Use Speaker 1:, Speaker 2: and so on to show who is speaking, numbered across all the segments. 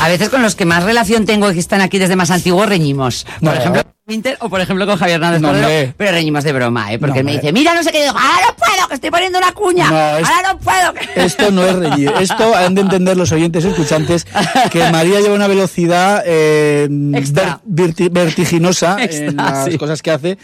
Speaker 1: A veces con los que más relación tengo y que están aquí desde más antiguo reñimos. Por
Speaker 2: No.
Speaker 1: ejemplo, con Winter o por ejemplo con Javier Hernández
Speaker 2: No,
Speaker 1: Cordero,
Speaker 2: hombre.
Speaker 1: pero reñimos de broma, ¿eh? Porque
Speaker 2: No,
Speaker 1: él me
Speaker 2: hombre.
Speaker 1: dice, mira, no sé qué, y digo, ahora no puedo, que estoy poniendo una cuña,
Speaker 2: No, es-
Speaker 1: ahora no puedo. que-".
Speaker 2: Esto no es reñir. Esto han de entender los oyentes y escuchantes que María lleva una velocidad eh,
Speaker 1: Extra.
Speaker 2: ver- verti- vertiginosa
Speaker 1: Extra,
Speaker 2: en las
Speaker 1: sí.
Speaker 2: cosas que hace.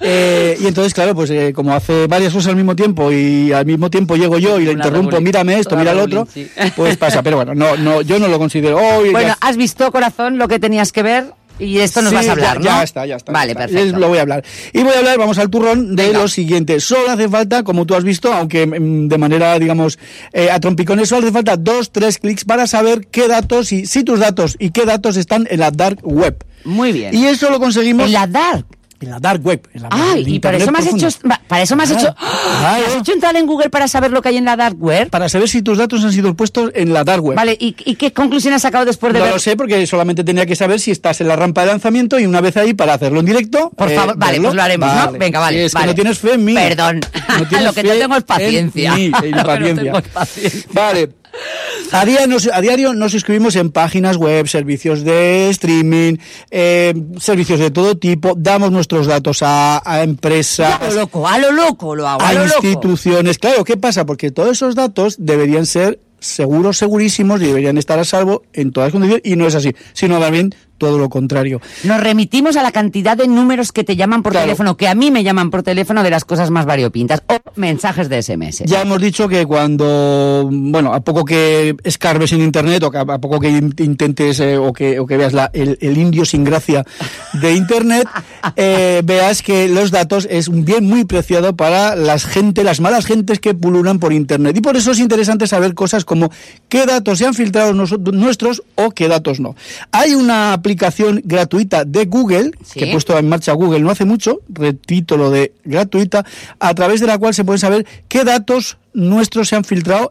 Speaker 2: Eh, y entonces, claro, pues eh, como hace varias cosas al mismo tiempo y al mismo tiempo llego yo y le
Speaker 1: Una
Speaker 2: interrumpo,
Speaker 1: regulín.
Speaker 2: mírame esto,
Speaker 1: Una
Speaker 2: mira lo
Speaker 1: regulín,
Speaker 2: otro,
Speaker 1: sí.
Speaker 2: pues pasa. Pero bueno, no, no, yo no lo considero. "Oh, y
Speaker 1: Bueno,
Speaker 2: ya-
Speaker 1: ¿has visto, corazón, lo que tenías que ver? Y esto nos
Speaker 2: Sí,
Speaker 1: vas a
Speaker 2: ya-
Speaker 1: hablar,
Speaker 2: ya,
Speaker 1: ¿no?
Speaker 2: está, ya está.
Speaker 1: Vale,
Speaker 2: ya está.
Speaker 1: perfecto.
Speaker 2: Es- Lo voy a hablar. Y voy a hablar, vamos al turrón, de
Speaker 1: Venga.
Speaker 2: lo siguiente. Solo hace falta, como tú has visto, aunque mm, de manera, digamos, eh, a trompicones, solo hace falta dos, tres clics para saber qué datos y si tus datos y qué datos están en la dark web.
Speaker 1: Muy bien.
Speaker 2: Y eso lo conseguimos
Speaker 1: En la dark.
Speaker 2: en la dark web. en la- en
Speaker 1: Ay, y para
Speaker 2: Internet
Speaker 1: eso me has
Speaker 2: profunda.
Speaker 1: hecho, va, para eso me has
Speaker 2: Claro,
Speaker 1: hecho, ¡Ah! ¿Me has
Speaker 2: claro.
Speaker 1: hecho entrar en Google para saber lo que hay en la dark web.
Speaker 2: Para saber si tus datos han sido puestos en la dark web.
Speaker 1: Vale, ¿y, y qué conclusión has sacado después de
Speaker 2: Pues-
Speaker 1: ver?
Speaker 2: No lo sé porque solamente tenía que saber si estás en la rampa de lanzamiento y una vez ahí para hacerlo en directo.
Speaker 1: Por
Speaker 2: eh,
Speaker 1: favor, vale,
Speaker 2: verlo.
Speaker 1: pues lo haremos, ¿no? Venga, vale.
Speaker 2: Sí, es
Speaker 1: vale.
Speaker 2: que no tienes fe en mí.
Speaker 1: Perdón.
Speaker 2: No tienes
Speaker 1: lo que
Speaker 2: fe
Speaker 1: no tengo es
Speaker 2: en
Speaker 1: paciencia.
Speaker 2: mí, en
Speaker 1: Lo que no
Speaker 2: paciencia.
Speaker 1: tengo es paciencia.
Speaker 2: Vale. A, día nos- a diario nos inscribimos en páginas web, servicios de streaming, eh, servicios de todo tipo. Damos nuestros datos a, a empresas,
Speaker 1: A lo loco, a lo loco lo hago. A,
Speaker 2: a
Speaker 1: lo loco.
Speaker 2: instituciones. Claro, ¿qué pasa? Porque todos esos datos deberían ser seguros, segurísimos y deberían estar a salvo en todas las condiciones y no es así, sino también todo lo contrario.
Speaker 1: Nos remitimos a la cantidad de números que te llaman por
Speaker 2: Claro.
Speaker 1: teléfono, que a mí me llaman por teléfono de las cosas más variopintas, o mensajes de SMS.
Speaker 2: Ya hemos dicho que cuando, bueno, a poco que escarbes en internet o que a a poco que in- intentes eh, o, que, o que veas la- el, el indio sin gracia de internet, eh, veas que los datos es un bien muy preciado para las gente, las malas gentes que pululan por internet. Y por eso es interesante saber cosas como qué datos se han filtrado noso- nuestros o qué datos no. Hay una aplicación gratuita de Google,
Speaker 1: Sí.
Speaker 2: que pues he puesto en marcha Google no hace mucho, retítulo de gratuita, a través de la cual se pueden saber qué datos nuestros se han filtrado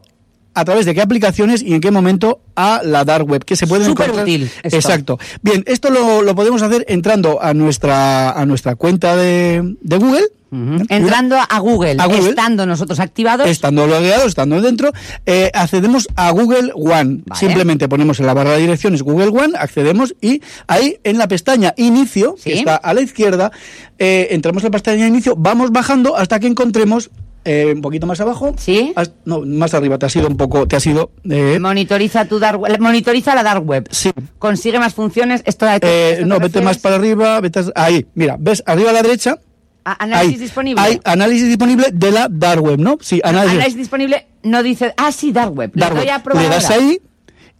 Speaker 2: a través de qué aplicaciones y en qué momento a la dark web, que se pueden
Speaker 1: Súper
Speaker 2: encontrar.
Speaker 1: útil esto.
Speaker 2: Exacto. Bien, esto lo, lo podemos hacer entrando a nuestra a nuestra cuenta de, de Google.
Speaker 1: Ujú. Entrando a Google,
Speaker 2: A Google.
Speaker 1: estando nosotros activados,
Speaker 2: Estando logueados, estando dentro, eh, accedemos a Google One.
Speaker 1: Vale.
Speaker 2: Simplemente ponemos en la barra de direcciones Google One, accedemos y ahí en la pestaña Inicio,
Speaker 1: Sí.
Speaker 2: que está a la izquierda, eh, entramos en la pestaña Inicio, vamos bajando hasta que encontremos eh, un poquito más abajo.
Speaker 1: Sí.
Speaker 2: Has- no, más arriba, te ha sido un poco, te ha sido. eh,
Speaker 1: monitoriza tu dark web- monitoriza la dark web.
Speaker 2: sí.
Speaker 1: Consigue más funciones, esto, esto
Speaker 2: Eh,
Speaker 1: te
Speaker 2: no, vete
Speaker 1: refieres?
Speaker 2: más para arriba, vete a- ahí, mira, ves arriba a la derecha.
Speaker 1: A- análisis
Speaker 2: ahí,
Speaker 1: disponible.
Speaker 2: Hay análisis disponible de la dark web, ¿no? Sí, análisis.
Speaker 1: análisis Ah, disponible no dice, ah, sí, dark web. Le
Speaker 2: Ah, dark
Speaker 1: doy
Speaker 2: web.
Speaker 1: a probar
Speaker 2: Le das
Speaker 1: ahora.
Speaker 2: ahí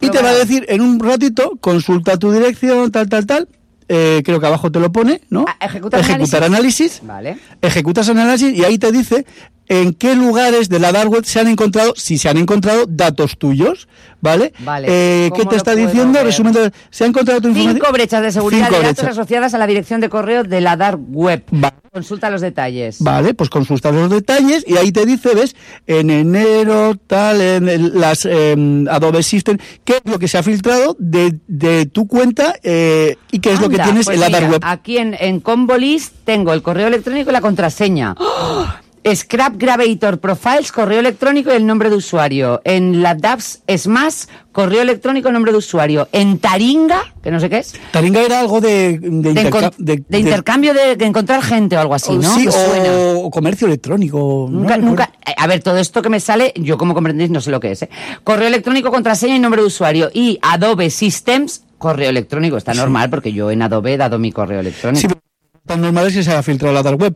Speaker 2: y te va a
Speaker 1: Probar.
Speaker 2: decir en un ratito, consulta tu dirección, tal, tal, tal. Eh, creo que abajo te lo pone, ¿no?
Speaker 1: Ah, ejecutar
Speaker 2: Ejecutar análisis.
Speaker 1: Vale.
Speaker 2: Ejecutas análisis y ahí te dice en qué lugares de la dark web se han encontrado, si se han encontrado datos tuyos, ¿vale?
Speaker 1: Vale.
Speaker 2: Eh, ¿Qué
Speaker 1: ¿Cómo
Speaker 2: te
Speaker 1: lo
Speaker 2: está
Speaker 1: puedo
Speaker 2: diciendo?
Speaker 1: ver?
Speaker 2: Resumen, de- se ha encontrado tu información.
Speaker 1: Cinco brechas de seguridad
Speaker 2: Cinco
Speaker 1: de datos
Speaker 2: brechas.
Speaker 1: asociadas a la dirección de correo de la dark web.
Speaker 2: Vale.
Speaker 1: Consulta los detalles.
Speaker 2: Vale, pues consultas los detalles y ahí te dice, ves, en enero, tal, en el- las eh, Adobe System, qué es lo que se ha filtrado de, de tu cuenta eh, y qué es lo que
Speaker 1: Anda,
Speaker 2: tienes
Speaker 1: pues
Speaker 2: en la dark
Speaker 1: mira,
Speaker 2: web.
Speaker 1: Aquí en, en Combo List tengo el correo electrónico y la contraseña.
Speaker 2: ¡Oh!
Speaker 1: Scrap Gravator Profiles, correo electrónico y el nombre de usuario. En la DAPS Smash, correo electrónico y nombre de usuario. En Taringa, que no sé qué es,
Speaker 2: Taringa era algo de, de
Speaker 1: de,
Speaker 2: interca-
Speaker 1: encon-
Speaker 2: de-
Speaker 1: de
Speaker 2: de-
Speaker 1: intercambio de, de encontrar gente o algo así,
Speaker 2: o-
Speaker 1: ¿no?
Speaker 2: sí,
Speaker 1: Me suena.
Speaker 2: o, o comercio electrónico. no
Speaker 1: Nunca,
Speaker 2: recuerdo.
Speaker 1: nunca. eh, A ver, todo esto que me sale, yo como comprendéis, no sé lo que es. ¿eh? Correo electrónico, contraseña y nombre de usuario. Y Adobe Systems, correo electrónico. Está normal porque yo en Adobe he dado mi correo electrónico.
Speaker 2: Sí, pero tan normal es que se haya filtrado la dark web.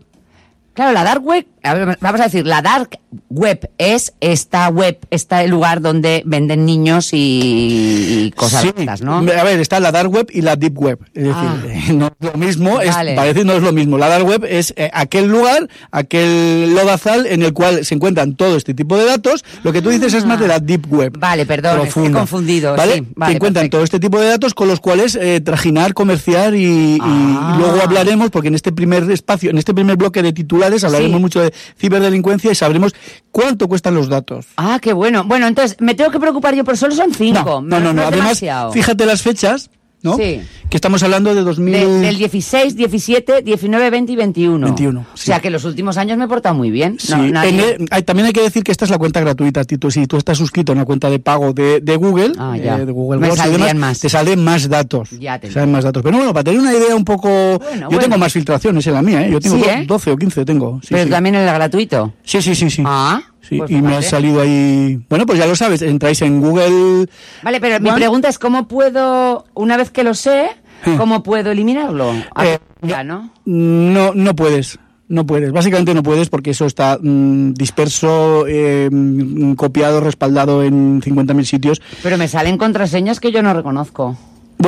Speaker 1: Claro, la dark web, a ver, vamos a decir, la dark web es esta web, este lugar donde venden niños y, y cosas de estas, ¿no?
Speaker 2: A ver, está la dark web y la deep web. Es decir,
Speaker 1: Ah.
Speaker 2: eh, no es lo mismo, es-
Speaker 1: Vale.
Speaker 2: parece no es lo mismo. La dark web es eh, aquel lugar, aquel lodazal en el cual se encuentran todo este tipo de datos. Lo que tú dices es más de la deep web.
Speaker 1: Ah. Vale, perdón, estoy
Speaker 2: profunda,
Speaker 1: confundido,
Speaker 2: ¿Vale?
Speaker 1: sí, vale,
Speaker 2: que encuentran
Speaker 1: perfecto.
Speaker 2: todo este tipo de datos con los cuales eh, trajinar, comerciar y, y- y
Speaker 1: Ah.
Speaker 2: luego hablaremos, porque en este primer espacio, en este primer bloque de titulares hablaremos
Speaker 1: Sí.
Speaker 2: mucho de ciberdelincuencia y sabremos cuánto cuestan los datos.
Speaker 1: Ah, qué bueno. Bueno, entonces, me tengo que preocupar yo, pero solo son cinco.
Speaker 2: No, no, no, no.
Speaker 1: es
Speaker 2: Además,
Speaker 1: demasiado.
Speaker 2: fíjate las fechas, ¿no?
Speaker 1: Sí.
Speaker 2: Que estamos hablando de 2000.
Speaker 1: De- del 16, 17, 19, 20 y 21.
Speaker 2: 21,
Speaker 1: O
Speaker 2: sí.
Speaker 1: sea que los últimos años me he portado muy bien.
Speaker 2: Sí.
Speaker 1: No, nadie-
Speaker 2: En- hay- también hay que decir que esta es la cuenta gratuita, Tito. Si tú estás suscrito a una cuenta de pago de, de Google,
Speaker 1: Ah, ya.
Speaker 2: eh, de Google
Speaker 1: Me
Speaker 2: Wars y
Speaker 1: saldrían
Speaker 2: demás,
Speaker 1: más.
Speaker 2: te salen más datos.
Speaker 1: Ya te
Speaker 2: Te salen más datos. Pero bueno, para tener una idea un poco. yo
Speaker 1: bueno.
Speaker 2: tengo más filtraciones en la mía, ¿eh? Yo tengo
Speaker 1: Sí,
Speaker 2: do-
Speaker 1: ¿eh?
Speaker 2: 12 o 15, tengo. Sí,
Speaker 1: pero
Speaker 2: sí.
Speaker 1: también en el gratuito.
Speaker 2: sí, sí, sí. sí.
Speaker 1: Ah,
Speaker 2: Sí,
Speaker 1: pues
Speaker 2: y me ha
Speaker 1: fíjate.
Speaker 2: salido ahí. Bueno, pues ya lo sabes, entráis en Google.
Speaker 1: Vale, pero mi
Speaker 2: One.
Speaker 1: pregunta es cómo puedo, una vez que lo sé,
Speaker 2: Hmm.
Speaker 1: cómo puedo eliminarlo. A
Speaker 2: Eh,
Speaker 1: ya, ¿no?
Speaker 2: No, no puedes. No puedes, básicamente no puedes porque eso está mm, disperso, eh, mm, copiado, respaldado en 50.000 sitios.
Speaker 1: Pero me salen contraseñas que yo no reconozco.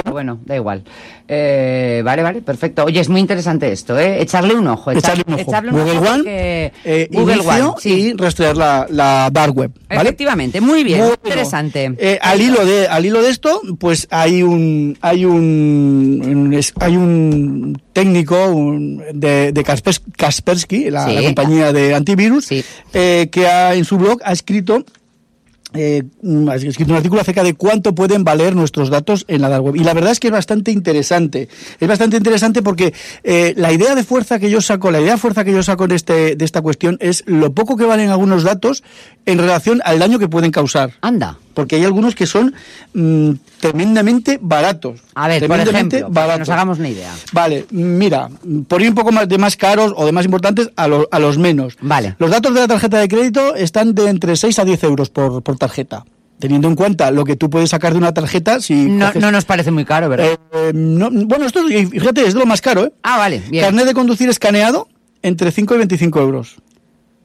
Speaker 1: Bueno, da igual. Eh, vale, vale, perfecto. Oye, es muy interesante esto, ¿eh? Echarle un ojo. echar-
Speaker 2: Echarle un ojo.
Speaker 1: echarle
Speaker 2: Google
Speaker 1: ojo
Speaker 2: One,
Speaker 1: porque-
Speaker 2: eh,
Speaker 1: Google
Speaker 2: inicio
Speaker 1: One, sí.
Speaker 2: y rastrear la, la dark web. ¿vale?
Speaker 1: Efectivamente, muy bien,
Speaker 2: Bueno,
Speaker 1: interesante.
Speaker 2: eh, al hilo de al hilo de esto, pues hay un hay un, un- es- hay un técnico un- de, de Kaspers- Kaspersky, la,
Speaker 1: Sí.
Speaker 2: la compañía de antivirus,
Speaker 1: Sí.
Speaker 2: eh, que ha- en su blog ha escrito eh, mm, ha escrito un artículo acerca de cuánto pueden valer nuestros datos en la dark web. Y la verdad es que es bastante interesante. Es bastante interesante porque eh, la idea de fuerza que yo saco, la idea de fuerza que yo saco de, este, de esta cuestión es lo poco que valen algunos datos en relación al daño que pueden causar.
Speaker 1: Anda.
Speaker 2: Porque hay algunos que son mm, tremendamente baratos.
Speaker 1: A ver, por
Speaker 2: Tremendamente
Speaker 1: ejemplo, para que nos
Speaker 2: baratos.
Speaker 1: hagamos una idea.
Speaker 2: Vale, mira, por ir un poco más de más caros o de más importantes a, lo- a los menos.
Speaker 1: Vale.
Speaker 2: Los datos de la tarjeta de crédito están de entre 6 a 10 euros por, por tarjeta. Teniendo en cuenta lo que tú puedes sacar de una tarjeta si.
Speaker 1: No,
Speaker 2: coges-
Speaker 1: no nos parece muy caro, ¿verdad?
Speaker 2: Eh, eh, no- bueno, esto es- fíjate, es de lo más caro, ¿eh?
Speaker 1: ah, vale, bien.
Speaker 2: Carnet de conducir escaneado entre 5 y 25 euros.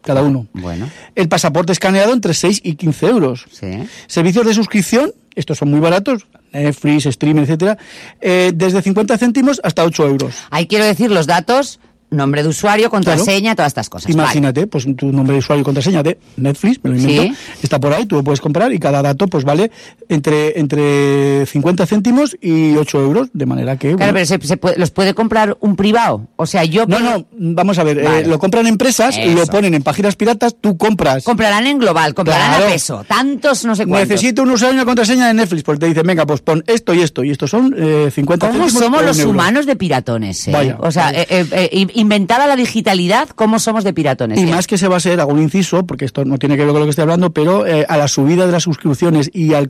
Speaker 2: Cada uno.
Speaker 1: Bueno,
Speaker 2: El pasaporte escaneado entre 6 y 15 euros.
Speaker 1: sí.
Speaker 2: Servicios de suscripción, estos son muy baratos, Netflix, stream, etcétera, eh, desde 50 céntimos hasta 8 euros.
Speaker 1: Ahí quiero decir los datos, nombre de usuario, contraseña, todas estas cosas. Vale.
Speaker 2: Imagínate, pues tu nombre de usuario y contraseña de Netflix, me lo invento,
Speaker 1: Sí.
Speaker 2: está por ahí, tú lo puedes comprar y cada dato pues vale entre, entre 50 céntimos y 8 euros, de manera que...
Speaker 1: Claro,
Speaker 2: bueno.
Speaker 1: pero se, se puede- los puede comprar un privado. O sea, yo
Speaker 2: no,
Speaker 1: puedo-
Speaker 2: no, vamos a ver, eh,
Speaker 1: Vale.
Speaker 2: lo compran empresas, y lo
Speaker 1: Eso.
Speaker 2: ponen en páginas piratas, tú compras.
Speaker 1: comprarán en global, comprarán a
Speaker 2: Claro.
Speaker 1: peso, tantos no sé cuántos.
Speaker 2: Necesito un usuario y una contraseña de Netflix, porque te dicen, venga, pues pon esto y esto, y estos son eh, 50
Speaker 1: ¿Cómo
Speaker 2: céntimos o
Speaker 1: somos
Speaker 2: un
Speaker 1: los
Speaker 2: euro.
Speaker 1: humanos de piratones? eh?
Speaker 2: Vaya,
Speaker 1: o sea,
Speaker 2: vaya.
Speaker 1: eh, eh, eh, in- inventada la digitalidad, ¿cómo somos de piratones? Eh,
Speaker 2: Y
Speaker 1: Bien.
Speaker 2: más que se va a ser, hago un inciso, porque esto no tiene que ver con lo que estoy hablando, pero eh, a la subida de las suscripciones y al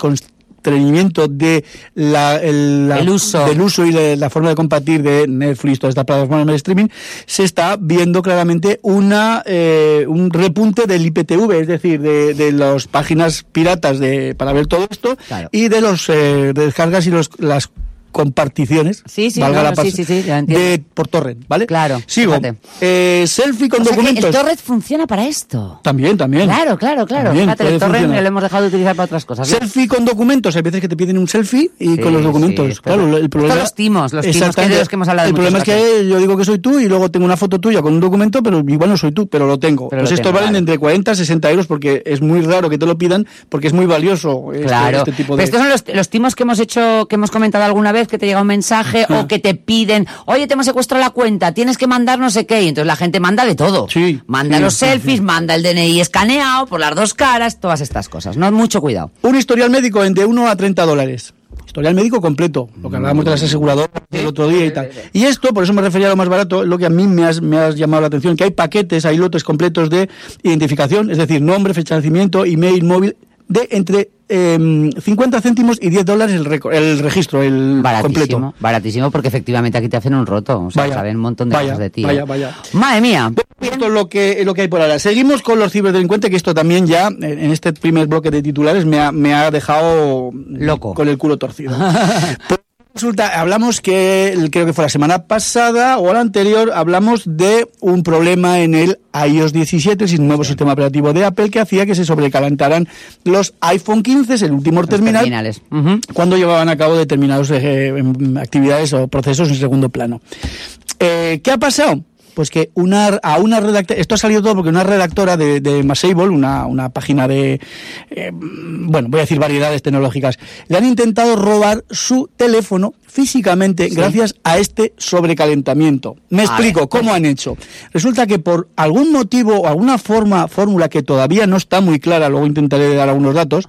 Speaker 2: constreñimiento de la, el, la-
Speaker 1: El uso.
Speaker 2: del uso y de la forma de compartir de Netflix, todas estas plataformas de streaming, se está viendo claramente una eh, un repunte del IPTV, es decir, de, de las páginas piratas de para ver todo esto
Speaker 1: Claro.
Speaker 2: y de los eh, descargas y los, las comparticiones
Speaker 1: Sí, sí,
Speaker 2: valga
Speaker 1: no,
Speaker 2: la
Speaker 1: no,
Speaker 2: pas-
Speaker 1: sí, sí, sí, ya entiendo.
Speaker 2: de por torrent, ¿vale?
Speaker 1: Claro,
Speaker 2: Sigo.
Speaker 1: fíjate.
Speaker 2: Eh, selfie con
Speaker 1: O sea que
Speaker 2: documentos.
Speaker 1: el torrent funciona para esto.
Speaker 2: También, también.
Speaker 1: Claro, claro, claro.
Speaker 2: También
Speaker 1: Fíjate, el
Speaker 2: puede
Speaker 1: torrent
Speaker 2: funcionar.
Speaker 1: lo hemos dejado de utilizar para otras cosas. Bien.
Speaker 2: Selfie con documentos. Hay veces que te piden un selfie y
Speaker 1: Sí,
Speaker 2: con los documentos.
Speaker 1: sí, esto-
Speaker 2: claro, el problema.
Speaker 1: todos los timos, los timos que
Speaker 2: Exactamente.
Speaker 1: de los que hemos hablado
Speaker 2: El
Speaker 1: muchas
Speaker 2: problema es que yo digo que soy tú y luego tengo una foto tuya con un documento, pero igual no soy tú, pero lo tengo.
Speaker 1: Pero
Speaker 2: pues
Speaker 1: lo
Speaker 2: estos
Speaker 1: tengo,
Speaker 2: valen
Speaker 1: vale.
Speaker 2: entre 40 y 60 euros porque es muy raro que te lo pidan porque es muy valioso este,
Speaker 1: Claro.
Speaker 2: este
Speaker 1: Pero
Speaker 2: tipo de.
Speaker 1: estos son los, los timos que hemos hecho, que hemos comentado alguna vez, que te llega un mensaje
Speaker 2: Ah.
Speaker 1: o que te piden, oye, te hemos secuestrado la cuenta, tienes que mandar no sé qué. Y entonces la gente manda de todo.
Speaker 2: Sí,
Speaker 1: manda
Speaker 2: sí,
Speaker 1: los
Speaker 2: sí,
Speaker 1: selfies, manda el DNI escaneado por las dos caras, todas estas cosas. No, mucho cuidado.
Speaker 2: Un historial médico entre 1 a 30 dólares. Historial médico completo, lo que hablábamos de las aseguradoras el otro día y tal. Y esto, por eso me refería a lo más barato, lo que a mí me has, me has llamado la atención, que hay paquetes, hay lotes completos de identificación, es decir, nombre, fecha de nacimiento, email, móvil, de entre eh, 50 céntimos y 10 dólares el, reco- el registro, el
Speaker 1: Baratísimo,
Speaker 2: completo.
Speaker 1: baratísimo, porque efectivamente aquí te hacen un roto, o sea,
Speaker 2: Vaya,
Speaker 1: saben un montón de
Speaker 2: vaya,
Speaker 1: cosas de ti.
Speaker 2: vaya,
Speaker 1: ¿eh?
Speaker 2: vaya. Pues,
Speaker 1: Madre mía,
Speaker 2: Esto es lo que, lo que hay por ahora. Seguimos con los ciberdelincuentes, que esto también ya, en en este primer bloque de titulares, me ha, me ha dejado
Speaker 1: Loco.
Speaker 2: con el culo torcido. Pues, Resulta, hablamos que el- creo que fue la semana pasada o la anterior, hablamos de un problema en el iOS 17, el nuevo sistema operativo de Apple, que hacía que se sobrecalantaran los iPhone 15, el último terminal,
Speaker 1: terminales. Ujú.
Speaker 2: cuando llevaban a cabo determinadas actividades o procesos en segundo plano. Eh, ¿Qué ha pasado? Pues que una, a una redactora, esto ha salido todo porque una redactora de, de Masable, una, una página de, eh, bueno, voy a decir variedades tecnológicas, le han intentado robar su teléfono físicamente gracias a este sobrecalentamiento.
Speaker 1: A
Speaker 2: Me
Speaker 1: ver,
Speaker 2: explico, ¿cómo han hecho? Resulta que por algún motivo o alguna forma, fórmula que todavía no está muy clara, luego intentaré dar algunos datos,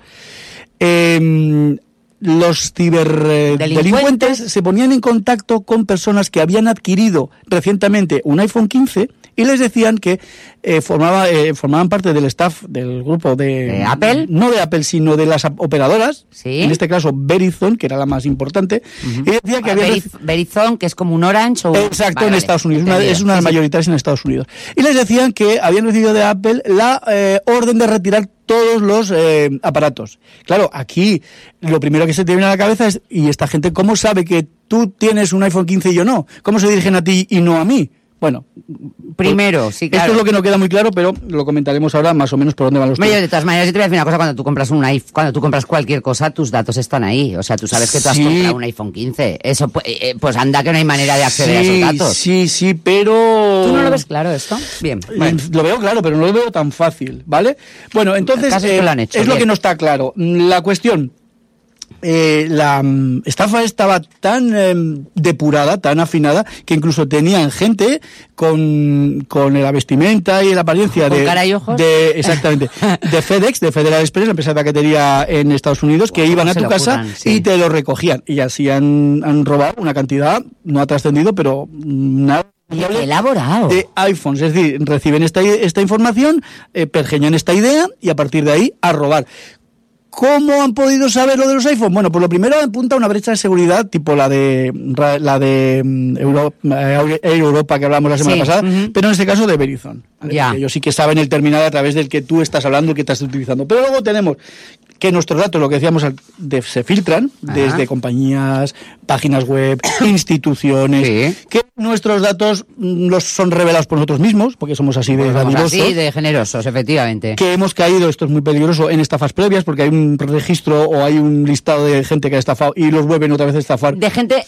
Speaker 2: eh, los
Speaker 1: Delincuentes.
Speaker 2: ciberdelincuentes se ponían en contacto con personas que habían adquirido recientemente un iPhone 15 y les decían que eh, formaba, eh, formaban parte del staff del grupo de,
Speaker 1: ¿De Apple?
Speaker 2: No de Apple, sino de las ap- operadoras.
Speaker 1: Sí.
Speaker 2: En este caso, Verizon, que era la más importante. Y decía que había
Speaker 1: Beriz- Verizon, que es como un Orange o...
Speaker 2: Exacto,
Speaker 1: Vale,
Speaker 2: en
Speaker 1: vale,
Speaker 2: Estados Unidos. Una-
Speaker 1: entendido.
Speaker 2: es una de las
Speaker 1: Sí, sí.
Speaker 2: mayoritarias en Estados Unidos. Y les decían que habían recibido de Apple la eh, orden de retirar todos los eh, aparatos. Claro, aquí lo primero que se te viene a la cabeza es, ¿y esta gente cómo sabe que tú tienes un iPhone 15 y yo no? ¿Cómo se dirigen a ti y no a mí? Bueno,
Speaker 1: Primero, sí, claro.
Speaker 2: esto es lo que no queda muy claro, pero lo comentaremos ahora más o menos por dónde van los
Speaker 1: Hombre, yo,
Speaker 2: tiros.
Speaker 1: de todas maneras, yo te voy a decir una cosa, cuando tú compras un iPhone, cuando tú compras cualquier cosa, tus datos están ahí. O sea, tú sabes que tú has
Speaker 2: Sí.
Speaker 1: comprado un iPhone 15. Eso, pu- eh, eh, pues anda que no hay manera de acceder
Speaker 2: sí,
Speaker 1: a esos datos.
Speaker 2: sí, Mm. sí, pero...
Speaker 1: ¿Tú no lo ves claro esto? Bien. bueno.
Speaker 2: Lo veo claro, pero no lo veo tan fácil, ¿vale? Bueno, entonces eh,
Speaker 1: caso es que lo han hecho,
Speaker 2: es lo
Speaker 1: bien.
Speaker 2: que no está claro. Mm, La cuestión, eh, la mm, estafa estaba tan eh, depurada, tan afinada, que incluso tenían gente con, con la vestimenta y la apariencia
Speaker 1: ¿Con
Speaker 2: de,
Speaker 1: cara y ojos?
Speaker 2: de- exactamente de FedEx, de Federal Express, la empresa de paquetería en Estados Unidos, que
Speaker 1: Guau,
Speaker 2: iban
Speaker 1: ¿cómo
Speaker 2: a
Speaker 1: se
Speaker 2: tu
Speaker 1: le
Speaker 2: casa
Speaker 1: ocurran? Sí.
Speaker 2: y te lo recogían. Y así han, han robado una cantidad, no ha trascendido, pero mm, nada.
Speaker 1: Oye, qué elaborado.
Speaker 2: De iPhones, es decir, reciben esta, esta información, eh, pergeñan esta idea y a partir de ahí a robar. ¿Cómo han podido saber lo de los iPhones? Bueno, pues lo primero apunta a una brecha de seguridad tipo la de ra- la de mm, Euro- eh, Air Europa que hablamos la semana
Speaker 1: Sí,
Speaker 2: pasada,
Speaker 1: ujú.
Speaker 2: pero en este caso de Verizon. ¿vale?
Speaker 1: Ya.
Speaker 2: Porque Ellos sí que saben el terminal a través del que tú estás hablando y que estás utilizando. Pero luego tenemos que nuestros datos, lo que decíamos, al- de- se filtran
Speaker 1: Ajá.
Speaker 2: desde compañías, páginas web, instituciones,
Speaker 1: Sí.
Speaker 2: que nuestros datos mm, los son revelados por nosotros mismos, porque somos así de
Speaker 1: Pues vamos
Speaker 2: dadivosos
Speaker 1: así de generosos, efectivamente.
Speaker 2: que hemos caído, esto es muy peligroso, en estafas previas, porque hay un registro o hay un listado de gente que ha estafado y los vuelven otra vez a estafar.
Speaker 1: De gente que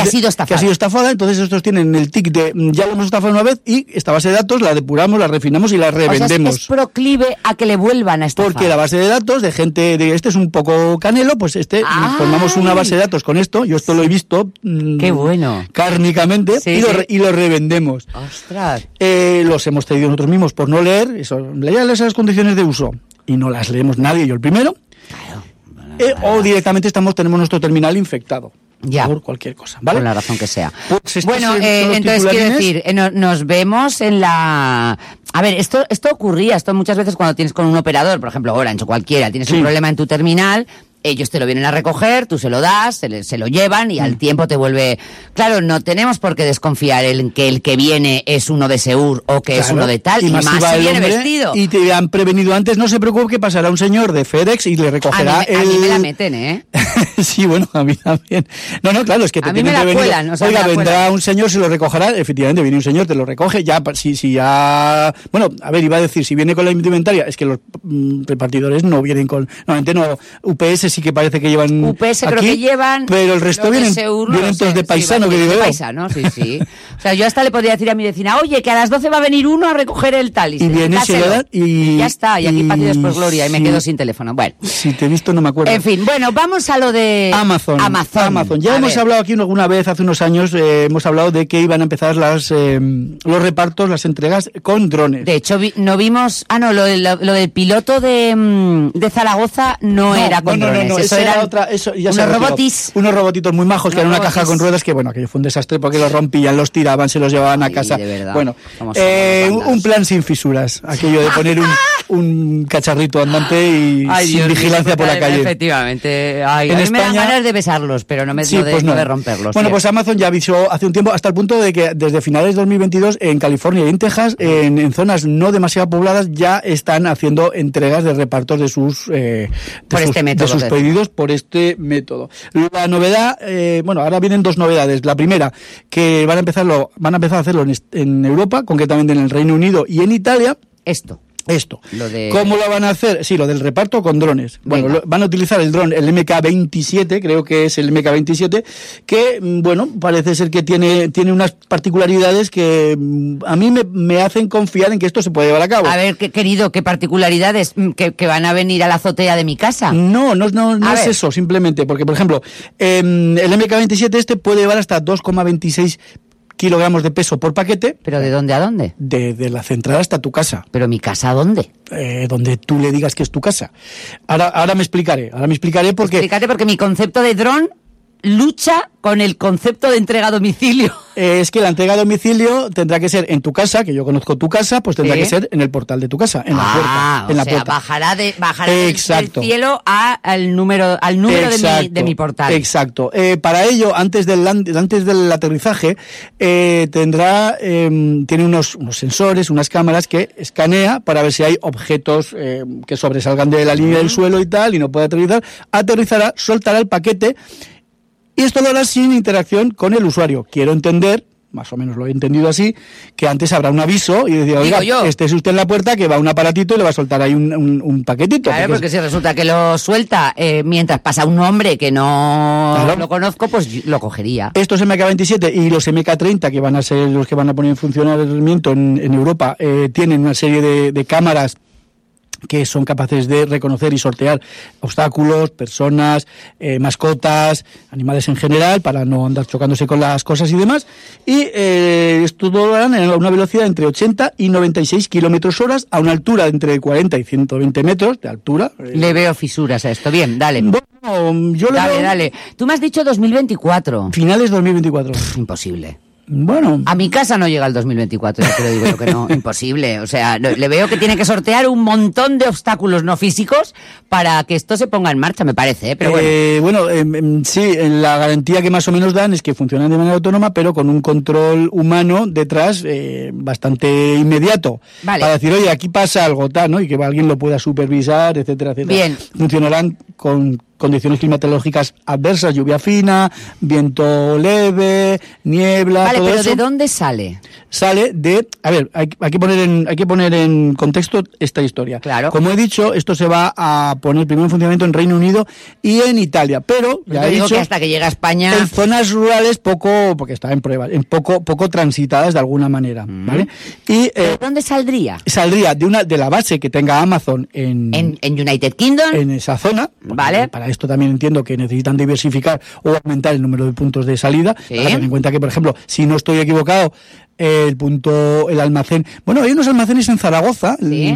Speaker 1: ha
Speaker 2: Entonces,
Speaker 1: sido
Speaker 2: Que ha
Speaker 1: estafada.
Speaker 2: sido estafada, entonces estos tienen el tic de mm, ya lo hemos estafado una vez y esta base de datos la depuramos, la refinamos y la
Speaker 1: O sea, es-
Speaker 2: revendemos.
Speaker 1: es proclive a que le vuelvan a estafar.
Speaker 2: Porque la base de datos de gente de este es un poco canelo, pues este
Speaker 1: ¡Ay!
Speaker 2: formamos una base de datos con esto, yo esto lo he visto mm,
Speaker 1: Qué bueno.
Speaker 2: cárnicamente
Speaker 1: Sí,
Speaker 2: y, lo,
Speaker 1: sí.
Speaker 2: re- y lo revendemos.
Speaker 1: Ostras.
Speaker 2: Eh, los hemos cedido nosotros mismos por no leer, eso, leerles las condiciones de uso y no las leemos nadie, yo el primero. Eh, o directamente estamos tenemos nuestro terminal infectado
Speaker 1: Ya.
Speaker 2: por cualquier cosa, ¿vale?
Speaker 1: Por la razón que sea.
Speaker 2: Pues estos
Speaker 1: bueno,
Speaker 2: son
Speaker 1: eh,
Speaker 2: los
Speaker 1: entonces quiero
Speaker 2: titulares.
Speaker 1: decir, eh, no- nos vemos en la... A ver, esto, esto ocurría, esto muchas veces cuando tienes con un operador, por ejemplo, Orange o cualquiera, tienes un
Speaker 2: Sí.
Speaker 1: problema en tu terminal, ellos te lo vienen a recoger, tú se lo das, se, le- se lo llevan y al
Speaker 2: Mm.
Speaker 1: tiempo te vuelve... Claro, no tenemos por qué desconfiar en que el que viene es uno de Seur o que es
Speaker 2: Claro.
Speaker 1: uno de tal, y más,
Speaker 2: si va
Speaker 1: si
Speaker 2: el
Speaker 1: viene
Speaker 2: hombre
Speaker 1: vestido.
Speaker 2: Y te han prevenido antes, no se preocupe que pasará un señor de FedEx y le
Speaker 1: Ah, A mí,
Speaker 2: recogerá
Speaker 1: me- a mí
Speaker 2: el...
Speaker 1: me la meten, ¿eh?
Speaker 2: sí, bueno, a mí también. No, no, claro, es que te
Speaker 1: A mí me
Speaker 2: tienen
Speaker 1: la
Speaker 2: prevenido.
Speaker 1: cuelan, o sea, me
Speaker 2: Oiga,
Speaker 1: la
Speaker 2: vendrá
Speaker 1: cuelan.
Speaker 2: un señor, se lo recogerá. Efectivamente, viene un señor, te lo recoge. Ya, pa- si, si ya. Bueno, a ver, iba a decir, si viene con la indumentaria, es que los mm, repartidores no vienen con. Normalmente no. UPS sí que parece que llevan.
Speaker 1: UPS creo
Speaker 2: aquí,
Speaker 1: que llevan.
Speaker 2: Pero el resto
Speaker 1: los de
Speaker 2: vienen,
Speaker 1: Seur, no
Speaker 2: vienen
Speaker 1: lo
Speaker 2: todos
Speaker 1: sé.
Speaker 2: de
Speaker 1: Sí,
Speaker 2: paisano,
Speaker 1: van
Speaker 2: que
Speaker 1: todos
Speaker 2: digo "Oh,
Speaker 1: de
Speaker 2: yo.
Speaker 1: paisano, sí, sí. O sea, yo hasta le podría decir a mi vecina, oye, que a las 12 va a venir uno a recoger el tal. Y,
Speaker 2: Y viene, se
Speaker 1: dáselo".
Speaker 2: lo da y-
Speaker 1: ya está, y aquí paz y
Speaker 2: y-
Speaker 1: después gloria, y me
Speaker 2: sí.
Speaker 1: quedo sin teléfono. Bueno.
Speaker 2: Si te he visto, no me acuerdo.
Speaker 1: En fin, bueno, vamos a lo de
Speaker 2: Amazon.
Speaker 1: Amazon.
Speaker 2: Ya
Speaker 1: A
Speaker 2: hemos
Speaker 1: ver.
Speaker 2: hablado aquí alguna vez, hace unos años, eh, hemos hablado de que iban a empezar las, eh, los repartos, las entregas con drones.
Speaker 1: De hecho, vi- no vimos. Ah, no, lo, de- lo- lo del piloto de, mm, de Zaragoza no, era con drones. eso
Speaker 2: esa
Speaker 1: eran
Speaker 2: otra, eso ya se
Speaker 1: unos
Speaker 2: retiró.
Speaker 1: robotis.
Speaker 2: Unos robotitos muy majos, que
Speaker 1: Unos
Speaker 2: era una caja
Speaker 1: robotis.
Speaker 2: con ruedas, que bueno, aquello fue un desastre porque los rompían, los tiraban, se los llevaban
Speaker 1: Ay,
Speaker 2: a casa.
Speaker 1: de verdad,
Speaker 2: Bueno,
Speaker 1: cómo son
Speaker 2: eh,
Speaker 1: los
Speaker 2: un
Speaker 1: vándalos.
Speaker 2: un plan sin fisuras, aquello de poner un, un cacharrito andante y
Speaker 1: Ay,
Speaker 2: sin
Speaker 1: Dios mío,
Speaker 2: vigilancia por la
Speaker 1: totalmente,
Speaker 2: calle.
Speaker 1: Efectivamente. Ay,
Speaker 2: En
Speaker 1: a mí me dan
Speaker 2: España-
Speaker 1: ganas de besarlos, pero no me
Speaker 2: Sí,
Speaker 1: no de,
Speaker 2: pues
Speaker 1: no
Speaker 2: no.
Speaker 1: de romperlos.
Speaker 2: Bueno,
Speaker 1: sí.
Speaker 2: pues Amazon ya avisó hace un tiempo, hasta el punto de que desde finales de 2022 en California y en Texas, en, en zonas no demasiado pobladas, ya están haciendo entregas de repartos de sus, eh, de
Speaker 1: Por
Speaker 2: sus-
Speaker 1: este método,
Speaker 2: de sus
Speaker 1: de-
Speaker 2: pedidos por este método. La novedad, eh, bueno, ahora vienen dos novedades. La primera, que van a empezarlo, van a empezar a hacerlo en, est- en Europa, concretamente en el Reino Unido y en Italia.
Speaker 1: Esto.
Speaker 2: Esto.
Speaker 1: Lo de-
Speaker 2: ¿Cómo lo van a hacer? Sí, lo del reparto con drones. Bueno,
Speaker 1: Venga.
Speaker 2: lo- van a utilizar el dron, el MK-27, creo que es el MK-27, que, mm, bueno, parece ser que tiene, tiene unas particularidades que mm, a mí me, me hacen confiar en que esto se puede llevar a cabo.
Speaker 1: A ver, qué- querido, qué particularidades mm, que, que van a venir a la azotea de mi casa.
Speaker 2: No, no, no, no
Speaker 1: A
Speaker 2: es
Speaker 1: ver.
Speaker 2: eso, simplemente, porque, por ejemplo, em, el MK-27 este puede llevar hasta 2,26 kilogramos de peso por paquete.
Speaker 1: ¿Pero de dónde a dónde?
Speaker 2: Desde la central hasta tu casa.
Speaker 1: ¿Pero mi casa a dónde?
Speaker 2: eh, donde tú le digas que es tu casa. Ahora, ahora me explicaré, ahora me explicaré porque
Speaker 1: Fíjate, porque mi concepto de dron lucha con el concepto de entrega a domicilio.
Speaker 2: eh, es que la entrega a domicilio tendrá que ser en tu casa, que yo conozco tu casa, pues tendrá
Speaker 1: ¿Eh?
Speaker 2: que ser en el portal de tu casa, en la
Speaker 1: ah,
Speaker 2: puerta. En
Speaker 1: o
Speaker 2: la
Speaker 1: sea,
Speaker 2: puerta.
Speaker 1: bajará, de, bajará del-
Speaker 2: Exacto.
Speaker 1: del cielo a- al número, al número de, mi,
Speaker 2: Exacto,
Speaker 1: de mi portal.
Speaker 2: Exacto. Eh, para ello, antes del, land- antes del aterrizaje, eh, tendrá, eh, tiene unos, unos sensores, unas cámaras que escanea para ver si hay objetos eh, que sobresalgan de la línea del suelo y tal, y no puede aterrizar. Aterrizará, soltará el paquete, y esto lo hará sin interacción con el usuario. Quiero entender. Más o menos lo he entendido así, que antes habrá un aviso y decía, oiga,
Speaker 1: yo.
Speaker 2: esté usted en la puerta que va un aparatito y le va a soltar ahí un, un- un paquetito.
Speaker 1: Claro,
Speaker 2: porque
Speaker 1: porque si resulta que lo suelta eh, mientras pasa un hombre que no
Speaker 2: Claro. Eh,
Speaker 1: lo conozco, pues yo- lo cogería.
Speaker 2: Estos MK27 y los MK30, que van a ser los que van a poner en funcionamiento en, en Europa, eh, tienen una serie de, de cámaras que son capaces de reconocer y sortear obstáculos, personas, eh, mascotas, animales en general, para no andar chocándose con las cosas y demás. Y eh, esto lo harán a una velocidad entre 80 y 96 kilómetros horas, a una altura de entre 40 y 120 metros de altura. Eh,
Speaker 1: Le veo fisuras a esto. Bien, dale.
Speaker 2: Bueno, yo lo
Speaker 1: Dale,
Speaker 2: veo
Speaker 1: dale. Tú me has dicho 2024.
Speaker 2: finales 2024.
Speaker 1: Imposible.
Speaker 2: Bueno.
Speaker 1: A mi casa no llega el 2024, ya te lo digo yo que no, imposible. O sea, no- le veo que tiene que sortear un montón de obstáculos no físicos para que esto se ponga en marcha, me parece, ¿eh? pero bueno.
Speaker 2: Eh, bueno, em, em, sí, en la garantía que más o menos dan es que funcionan de manera autónoma, pero con un control humano detrás eh, bastante inmediato.
Speaker 1: Vale.
Speaker 2: Para decir, oye, aquí pasa algo tal, ¿no? Y que alguien lo pueda supervisar, etcétera, etcétera.
Speaker 1: Bien.
Speaker 2: Funcionarán con condiciones climatológicas adversas, lluvia fina, viento leve, niebla,
Speaker 1: Vale,
Speaker 2: todo
Speaker 1: pero
Speaker 2: eso
Speaker 1: ¿de dónde sale?
Speaker 2: sale de. A ver, hay, hay que poner en, hay que poner en contexto esta historia.
Speaker 1: Claro.
Speaker 2: Como he dicho, esto se va a poner primero en funcionamiento en Reino Unido y en Italia. Pero, ya
Speaker 1: Te
Speaker 2: he
Speaker 1: digo
Speaker 2: dicho,
Speaker 1: que hasta que llega a España...
Speaker 2: en zonas rurales poco, porque está en pruebas, en poco, poco transitadas de alguna manera.
Speaker 1: Mm.
Speaker 2: ¿Vale? Y
Speaker 1: ¿De
Speaker 2: eh,
Speaker 1: dónde saldría?
Speaker 2: saldría de una, de la base que tenga Amazon
Speaker 1: ¿En, en United Kingdom?
Speaker 2: en esa zona. porque
Speaker 1: Vale.
Speaker 2: Para esto también entiendo que necesitan diversificar o aumentar el número de puntos de salida.
Speaker 1: Sí.
Speaker 2: Para tener en cuenta que, por ejemplo, si no estoy equivocado, eh, el punto, el almacén. Bueno, hay unos almacenes en Zaragoza,
Speaker 1: Sí.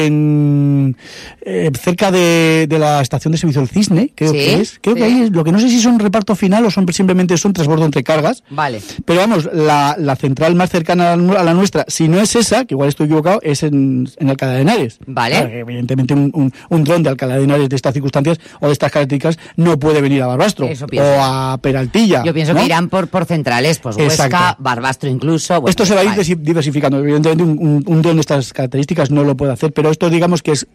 Speaker 2: en, eh, cerca de, de la estación de servicio del Cisne, creo
Speaker 1: Sí,
Speaker 2: que es. Creo
Speaker 1: sí.
Speaker 2: que ahí es, lo que no sé si son reparto final o son simplemente son transbordo entre cargas.
Speaker 1: Vale.
Speaker 2: Pero vamos, la, la central más cercana a la, nu- a la nuestra, si no es esa, que igual estoy equivocado, es en, en Alcalá de Henares.
Speaker 1: Vale.
Speaker 2: Claro, que evidentemente un, un, un dron de Alcalá de Henares de estas circunstancias o de estas características no puede venir a Barbastro
Speaker 1: Eso pienso.
Speaker 2: o a Peraltilla.
Speaker 1: Yo pienso
Speaker 2: Ah, ¿no?
Speaker 1: que irán por, por centrales, pues Huesca,
Speaker 2: Exacto.
Speaker 1: Barbastro incluso. bueno, pues
Speaker 2: Esto se va a ir
Speaker 1: vale.
Speaker 2: desi- diversificando. Evidentemente un, un- un dron de estas características no lo puede hacer, pero esto digamos que es,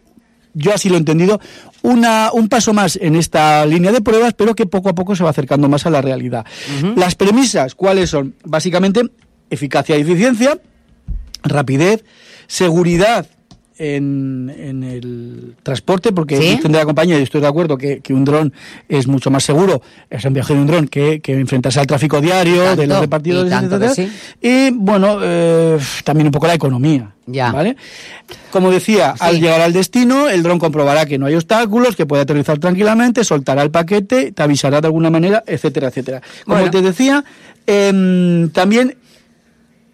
Speaker 2: yo así lo he entendido, una, un paso más en esta línea de pruebas, pero que poco a poco se va acercando más a la realidad. Las premisas, ¿cuáles son? Básicamente, eficacia y eficiencia, rapidez, seguridad. En, en el transporte, porque
Speaker 1: ¿Sí?
Speaker 2: dicen de la compañía, y estoy de acuerdo que, que un dron es mucho más seguro, es un viaje de un dron que, que enfrentarse al tráfico diario, de
Speaker 1: Tanto,
Speaker 2: los
Speaker 1: y
Speaker 2: repartidores,
Speaker 1: tanto que
Speaker 2: etcétera.
Speaker 1: sí.
Speaker 2: Y bueno, eh, también un poco la economía.
Speaker 1: Ya.
Speaker 2: ¿Vale? Como decía, al
Speaker 1: Sí.
Speaker 2: llegar al destino, el dron comprobará que no hay obstáculos, que puede aterrizar tranquilamente, soltará el paquete, te avisará de alguna manera, etcétera, etcétera. Como
Speaker 1: Bueno.
Speaker 2: te decía, em, también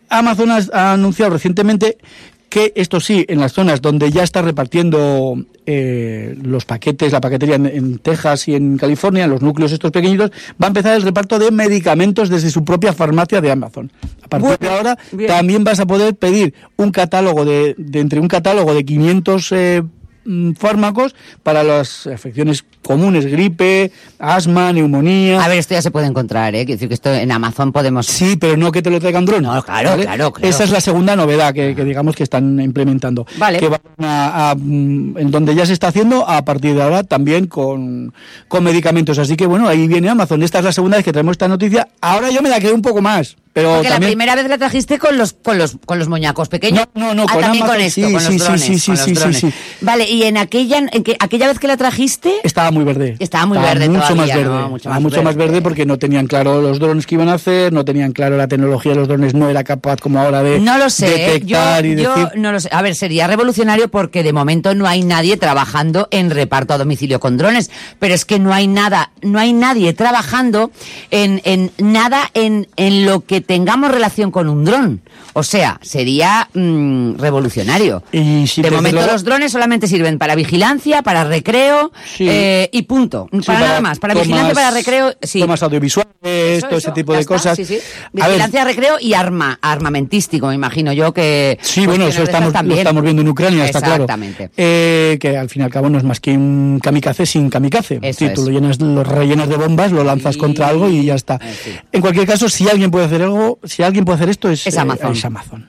Speaker 2: Amazon ha, ha anunciado recientemente que esto sí, en las zonas donde ya está repartiendo eh, los paquetes, la paquetería en, en Texas y en California, en los núcleos estos pequeñitos, va a empezar el reparto de medicamentos desde su propia farmacia de Amazon. A partir de
Speaker 1: Bueno,
Speaker 2: ahora
Speaker 1: bien.
Speaker 2: también vas a poder pedir un catálogo de, de entre un catálogo de 500 eh, mm, fármacos para las afecciones comunes, gripe, asma, neumonía.
Speaker 1: A ver, esto ya se puede encontrar, ¿eh? Quiero decir que esto en Amazon podemos...
Speaker 2: Sí, pero no que te lo traiga un dron.
Speaker 1: No, claro, claro, claro.
Speaker 2: Esa es la segunda novedad que, que digamos que están implementando.
Speaker 1: Vale.
Speaker 2: Que van a- a, mm, en donde ya se está haciendo a partir de ahora también con, con medicamentos. Así que bueno, ahí viene Amazon. Esta es la segunda vez que traemos esta noticia. Ahora yo me la creo un poco más. Pero
Speaker 1: Porque la
Speaker 2: también...
Speaker 1: primera vez la trajiste con los con los con los moñacos pequeños.
Speaker 2: No, no, no,
Speaker 1: Ah,
Speaker 2: con
Speaker 1: también
Speaker 2: Amazon,
Speaker 1: con esto,
Speaker 2: sí,
Speaker 1: con los
Speaker 2: sí, sí,
Speaker 1: drones,
Speaker 2: sí, sí,
Speaker 1: con los
Speaker 2: sí, sí,
Speaker 1: drones.
Speaker 2: sí.
Speaker 1: Vale, y en aquella en que, aquella vez que la trajiste
Speaker 2: Estaba muy verde.
Speaker 1: Estaba muy verde
Speaker 2: Mucho
Speaker 1: todavía,
Speaker 2: más verde.
Speaker 1: ¿no? Mucho
Speaker 2: Mucho,
Speaker 1: más
Speaker 2: más, mucho más
Speaker 1: verde.
Speaker 2: verde porque no tenían claro los drones que iban a hacer, no tenían claro la tecnología de los drones, no era capaz como ahora de
Speaker 1: no lo sé, ¿eh? yo,
Speaker 2: detectar y
Speaker 1: yo
Speaker 2: decir.
Speaker 1: no lo sé. A ver, sería revolucionario porque de momento no hay nadie trabajando en reparto a domicilio con drones, pero es que no hay nada, no hay nadie trabajando en, en nada en, en lo que tengamos relación con un dron. O sea, sería mm, revolucionario.
Speaker 2: Y si
Speaker 1: de
Speaker 2: desde
Speaker 1: momento
Speaker 2: luego-
Speaker 1: los drones solamente sirven para vigilancia, para recreo
Speaker 2: Sí.
Speaker 1: eh, y punto.
Speaker 2: Sí,
Speaker 1: para, nada más, para
Speaker 2: tomas-
Speaker 1: vigilancia, para recreo, sí.
Speaker 2: Tomas audiovisuales,
Speaker 1: Eso,
Speaker 2: todo
Speaker 1: eso,
Speaker 2: ese tipo
Speaker 1: ya
Speaker 2: de
Speaker 1: está,
Speaker 2: cosas.
Speaker 1: sí, sí.
Speaker 2: A ver,
Speaker 1: Vigilancia, recreo y arma, armamentístico, me imagino yo que.
Speaker 2: Sí, bueno,
Speaker 1: cuestiones
Speaker 2: eso
Speaker 1: de
Speaker 2: estamos,
Speaker 1: estas
Speaker 2: lo
Speaker 1: también.
Speaker 2: estamos viendo en Ucrania, está claro.
Speaker 1: Exactamente.
Speaker 2: Eh, que al fin y al cabo no es más que un kamikaze sin kamikaze.
Speaker 1: Eso
Speaker 2: Sí, tú
Speaker 1: es.
Speaker 2: lo, llenas, lo rellenas de bombas, lo lanzas
Speaker 1: Sí.
Speaker 2: contra algo y ya está.
Speaker 1: Eh, sí.
Speaker 2: En cualquier caso, si alguien puede hacer algo, si alguien puede hacer esto, es,
Speaker 1: Es
Speaker 2: eh,
Speaker 1: Amazon.
Speaker 2: es Amazon.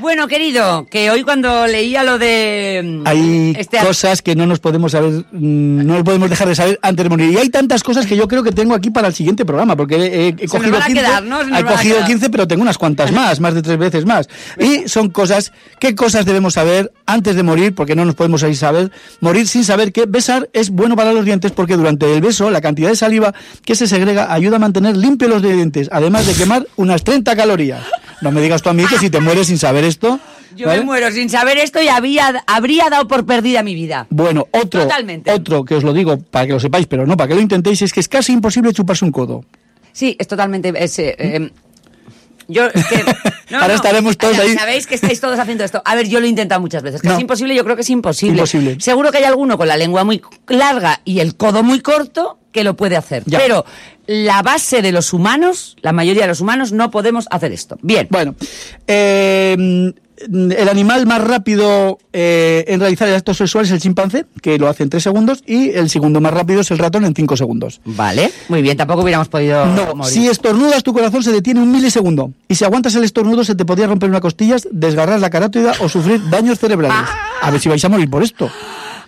Speaker 1: Bueno, querido, que hoy cuando leía lo de. mm,
Speaker 2: Hay
Speaker 1: este ar-
Speaker 2: cosas que no nos podemos saber, mm, no podemos dejar de saber antes de morir. Y hay tantas cosas que yo creo que tengo aquí para el siguiente programa, porque he, he- he
Speaker 1: Se nos
Speaker 2: cogido
Speaker 1: van a
Speaker 2: 15.
Speaker 1: quedar, ¿no? Se nos
Speaker 2: he
Speaker 1: van a
Speaker 2: cogido
Speaker 1: quedar.
Speaker 2: 15, pero tengo unas cuantas más, más de tres veces más. Y son cosas, ¿qué cosas debemos saber antes de morir? Porque no nos podemos ahí saber, morir sin saber que besar es bueno para los dientes, porque durante el beso la cantidad de saliva que se segrega ayuda a mantener limpios los dientes, además de quemar unas 30 calorías. No me digas tú a mí que si te mueres sin saber esto.
Speaker 1: Yo
Speaker 2: ¿vale?
Speaker 1: me muero sin saber esto y había, habría dado por perdida mi vida.
Speaker 2: Bueno, otro,
Speaker 1: Totalmente.
Speaker 2: otro que os lo digo para que lo sepáis, pero no para que lo intentéis, es que es casi imposible chuparse un codo.
Speaker 1: Sí, es totalmente. es, eh, em, yo, es que,
Speaker 2: ¿Mm? Ahora estaremos todos
Speaker 1: Ahora,
Speaker 2: ahí.
Speaker 1: Sabéis que estáis todos haciendo esto. A ver, yo lo he intentado muchas veces. Que
Speaker 2: No.
Speaker 1: Es imposible, yo creo que es imposible.
Speaker 2: Imposible.
Speaker 1: Seguro que hay alguno con la lengua muy larga y el codo muy corto que lo puede hacer.
Speaker 2: Ya.
Speaker 1: Pero la base de los humanos, la mayoría de los humanos, no podemos hacer esto. Bien.
Speaker 2: Bueno, eh, mm, el animal más rápido eh, en realizar el acto sexual es el chimpancé, que lo hace en tres segundos, y el segundo más rápido es el ratón en cinco segundos.
Speaker 1: Vale, muy bien, tampoco hubiéramos podido
Speaker 2: No,
Speaker 1: morir.
Speaker 2: si estornudas tu corazón se detiene un milisegundo y si aguantas el estornudo se te podría romper una costilla, desgarrar la carótida o sufrir daños cerebrales. A ver si vais a morir por esto.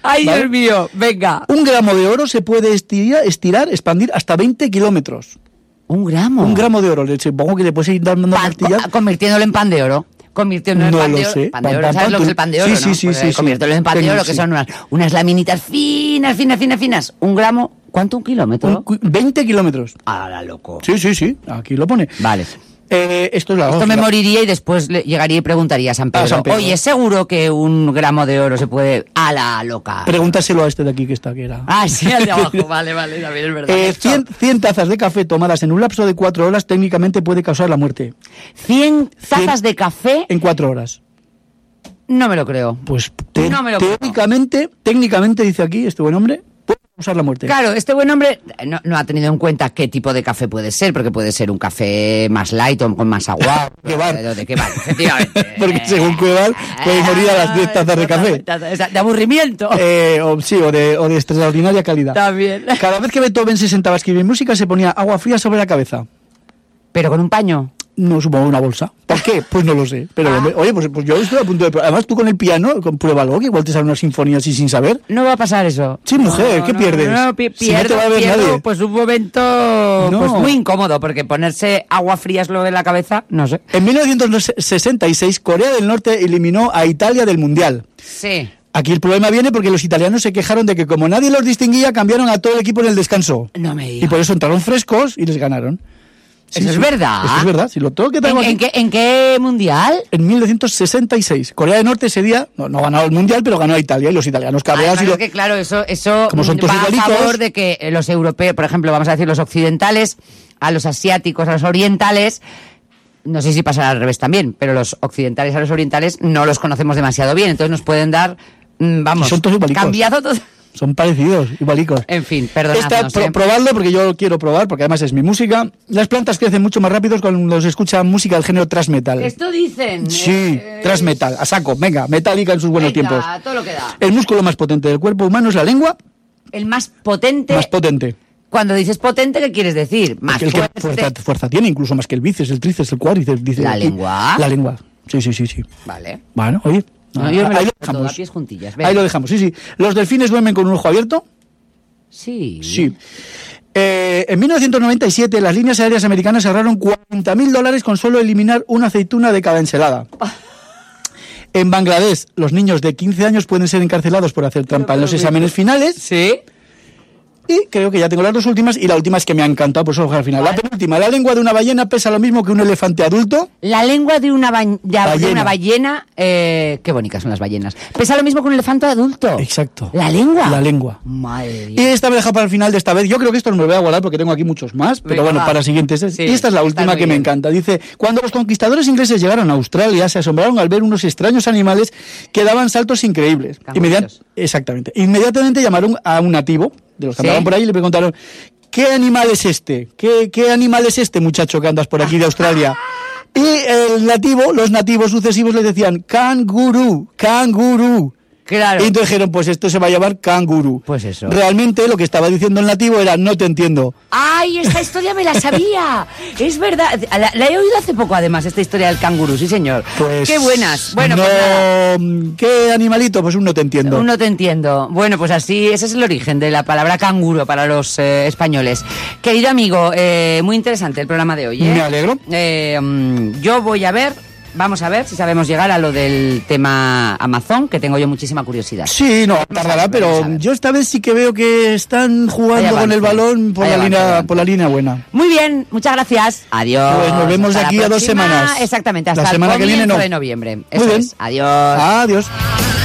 Speaker 1: Ay,
Speaker 2: ¿Vale?
Speaker 1: Dios mío, venga.
Speaker 2: Un gramo de oro se puede estirar, estirar expandir hasta 20 kilómetros.
Speaker 1: Un gramo.
Speaker 2: Un gramo de oro, le supongo que le puedes ir dando
Speaker 1: Pa-
Speaker 2: martillas.
Speaker 1: co- convirtiéndolo en pan de oro. Convirtiéndolo
Speaker 2: No
Speaker 1: en pan
Speaker 2: lo
Speaker 1: de oro.
Speaker 2: sé.
Speaker 1: Pan de
Speaker 2: Pan,
Speaker 1: oro,
Speaker 2: pan,
Speaker 1: ¿sabes
Speaker 2: pan,
Speaker 1: lo que es
Speaker 2: tú-
Speaker 1: el pan de oro?
Speaker 2: Sí, sí,
Speaker 1: no?
Speaker 2: sí,
Speaker 1: Pues,
Speaker 2: sí,
Speaker 1: eh,
Speaker 2: sí.
Speaker 1: Convirtiéndolo en pan de
Speaker 2: Tengo,
Speaker 1: oro, que
Speaker 2: sí.
Speaker 1: son unas, unas laminitas finas, finas, finas, finas. Un gramo, ¿cuánto? ¿Un kilómetro?
Speaker 2: Un cu- 20 kilómetros.
Speaker 1: Ahora, loco.
Speaker 2: Sí, sí, sí. Aquí lo pone.
Speaker 1: Vale.
Speaker 2: Eh, esto es la
Speaker 1: Esto me
Speaker 2: la-
Speaker 1: moriría y después le- llegaría y preguntaría a San Pedro.
Speaker 2: A San Pedro.
Speaker 1: Oye, ¿seguro que un gramo de oro se puede...? A la loca.
Speaker 2: Pregúntaselo a este de aquí que está, que era.
Speaker 1: Ah, sí, al de abajo. Vale, vale, también es verdad.
Speaker 2: Eh, 100, 100 tazas de café tomadas en un lapso de 4 horas técnicamente puede causar la muerte.
Speaker 1: 100 tazas
Speaker 2: Cien-
Speaker 1: de café,
Speaker 2: En 4 horas.
Speaker 1: no me lo creo.
Speaker 2: Pues te-
Speaker 1: No me lo creo.
Speaker 2: técnicamente, técnicamente dice aquí este buen hombre, puede causar la muerte.
Speaker 1: Claro, este buen hombre eh, no, no ha tenido en cuenta qué tipo de café puede ser, porque puede ser un café más light o con más agua. Eh,
Speaker 2: ¿Qué bar?
Speaker 1: ¿De, de qué bar? Efectivamente. Eh,
Speaker 2: Porque según Cueval, puede morir a las 10 tazas de café.
Speaker 1: Esa- De aburrimiento.
Speaker 2: Eh, o, sí, o de, o de extraordinaria calidad.
Speaker 1: También.
Speaker 2: Cada vez que Beethoven se sentaba a escribir música se ponía agua fría sobre la cabeza.
Speaker 1: Pero con un paño.
Speaker 2: No, supongo una bolsa. ¿Por qué? Pues no lo sé. Pero,
Speaker 1: Ah.
Speaker 2: hombre, oye, pues, pues yo estoy a punto de... Además, tú con el piano, compruébalo, que igual te sale una sinfonía así sin saber.
Speaker 1: No va a pasar eso.
Speaker 2: Sí, mujer, ¿qué pierdes?
Speaker 1: No, pi-
Speaker 2: Si no
Speaker 1: pierdo,
Speaker 2: te va a ver
Speaker 1: pierdo,
Speaker 2: nadie.
Speaker 1: pues un momento pues
Speaker 2: No.
Speaker 1: muy incómodo, porque ponerse agua fría es lo de la cabeza, no sé.
Speaker 2: En 1966, Corea del Norte eliminó a Italia del Mundial.
Speaker 1: Sí.
Speaker 2: Aquí el problema viene porque los italianos se quejaron de que como nadie los distinguía, cambiaron a todo el equipo en el descanso.
Speaker 1: No me
Speaker 2: Y
Speaker 1: digas.
Speaker 2: por eso entraron frescos y les ganaron.
Speaker 1: Eso es verdad.
Speaker 2: Eso es verdad. Si lo tengo que
Speaker 1: ¿En,
Speaker 2: tengo aquí-
Speaker 1: en qué, en qué mundial?
Speaker 2: en 1966. Corea del Norte ese día no, no ha ganado el mundial, pero ganó a Italia y los italianos cabreados
Speaker 1: Ah,
Speaker 2: y
Speaker 1: claro
Speaker 2: lo-
Speaker 1: que claro, eso, eso
Speaker 2: Como son todos
Speaker 1: va a
Speaker 2: igualitos.
Speaker 1: favor de que eh, los europeos, por ejemplo, vamos a decir los occidentales, a los asiáticos, a los orientales, no sé si pasará al revés también, pero los occidentales a los orientales no los conocemos demasiado bien, entonces nos pueden dar, mm, vamos,
Speaker 2: Son todos igualitos.
Speaker 1: cambiado todo.
Speaker 2: son parecidos, igualicos.
Speaker 1: En fin,
Speaker 2: Esta,
Speaker 1: perdonadnos.
Speaker 2: pro-
Speaker 1: ¿eh?
Speaker 2: probadlo porque yo lo quiero probar, porque además es mi música. Las plantas crecen mucho más rápido cuando se escucha música del género thrash metal.
Speaker 1: Esto dicen.
Speaker 2: Sí,
Speaker 1: eh,
Speaker 2: thrash metal, a saco, venga, metálica en sus buenos
Speaker 1: venga,
Speaker 2: tiempos. Eh,
Speaker 1: todo lo que da.
Speaker 2: El músculo más potente del cuerpo humano es la lengua,
Speaker 1: El más potente.
Speaker 2: más potente.
Speaker 1: cuando dices potente, ¿qué quieres decir? Más
Speaker 2: Aquel que
Speaker 1: fuerte.
Speaker 2: fuerza, fuerza tiene, incluso más que el bíceps, el tríceps, el cuádriceps. dice
Speaker 1: La
Speaker 2: aquí.
Speaker 1: lengua.
Speaker 2: La lengua, sí, sí, sí, sí.
Speaker 1: Vale.
Speaker 2: Bueno, oye,
Speaker 1: No, yo me
Speaker 2: ahí
Speaker 1: lo
Speaker 2: lo
Speaker 1: pongo todo, a
Speaker 2: dejamos.
Speaker 1: pies juntillas. venga.
Speaker 2: Ahí lo dejamos, sí, sí. Los delfines duermen con un ojo abierto.
Speaker 1: Sí.
Speaker 2: Sí. Eh, en 1997 las líneas aéreas americanas cerraron 40.000 dólares con solo eliminar una aceituna de cada ensalada. En Bangladesh, los niños de 15 años pueden ser encarcelados por hacer trampa en los exámenes finales.
Speaker 1: ¿Sí?
Speaker 2: Y creo que ya tengo las dos últimas. Y la última es que me ha encantado, por eso al final. La penúltima, la lengua de una ballena pesa lo mismo que un elefante adulto.
Speaker 1: La lengua de una, ba- de- de
Speaker 2: Ballena.
Speaker 1: una ballena. eh, qué bonitas son las ballenas. Pesa lo mismo que un elefante adulto.
Speaker 2: Exacto.
Speaker 1: La lengua.
Speaker 2: La lengua.
Speaker 1: Madre
Speaker 2: Y
Speaker 1: mía.
Speaker 2: esta me deja para el final de esta vez. Yo creo que esto no me lo voy a guardar porque tengo aquí muchos más, pero
Speaker 1: Venga,
Speaker 2: bueno,
Speaker 1: va.
Speaker 2: para siguientes.
Speaker 1: Sí,
Speaker 2: y esta es la
Speaker 1: está
Speaker 2: última
Speaker 1: muy
Speaker 2: que me
Speaker 1: bien.
Speaker 2: encanta. Dice, cuando los conquistadores ingleses llegaron a Australia, se asombraron al ver unos extraños animales que daban saltos increíbles.
Speaker 1: Canguros.
Speaker 2: Inmediat- Exactamente. Inmediatamente llamaron a un nativo, de los que
Speaker 1: Sí.
Speaker 2: andaban por ahí, y le preguntaron, ¿qué animal es este? ¿Qué, qué animal es este muchacho que andas por aquí de Australia? Y el nativo, los nativos sucesivos le decían, cangurú, cangurú.
Speaker 1: Claro.
Speaker 2: Y entonces dijeron, pues esto se va a llamar canguru.
Speaker 1: Pues eso.
Speaker 2: Realmente lo que estaba diciendo el nativo era, no te entiendo.
Speaker 1: ¡Ay, esta historia me la sabía! es verdad. La, la he oído hace poco, además, esta historia del canguro, sí, señor.
Speaker 2: Pues...
Speaker 1: ¡Qué buenas! Bueno,
Speaker 2: no,
Speaker 1: pues nada.
Speaker 2: ¿Qué animalito? Pues un no te entiendo.
Speaker 1: No te entiendo. Bueno, pues así, ese es el origen de la palabra canguro para los eh, españoles. Querido amigo, eh, muy interesante el programa de hoy. ¿eh?
Speaker 2: Me alegro.
Speaker 1: Eh, mm, yo voy a ver, vamos a ver si sabemos llegar a lo del tema Amazon, que tengo yo muchísima curiosidad.
Speaker 2: Sí, no,
Speaker 1: a
Speaker 2: tardará,
Speaker 1: ver, vamos a
Speaker 2: pero
Speaker 1: ver.
Speaker 2: yo esta vez sí que veo que están jugando
Speaker 1: Ahí
Speaker 2: con el
Speaker 1: avanzan.
Speaker 2: balón por
Speaker 1: Ahí
Speaker 2: la,
Speaker 1: avanzan,
Speaker 2: línea,
Speaker 1: avanzan.
Speaker 2: por la línea buena.
Speaker 1: Muy bien, muchas gracias. Adiós.
Speaker 2: Pues nos vemos
Speaker 1: Hasta
Speaker 2: de
Speaker 1: la
Speaker 2: aquí a dos
Speaker 1: próxima-
Speaker 2: semanas.
Speaker 1: Exactamente, hasta
Speaker 2: la
Speaker 1: el
Speaker 2: semana que viene
Speaker 1: comienzo
Speaker 2: no.
Speaker 1: de noviembre.
Speaker 2: Muy
Speaker 1: Eso
Speaker 2: bien.
Speaker 1: es. Adiós.
Speaker 2: Adiós.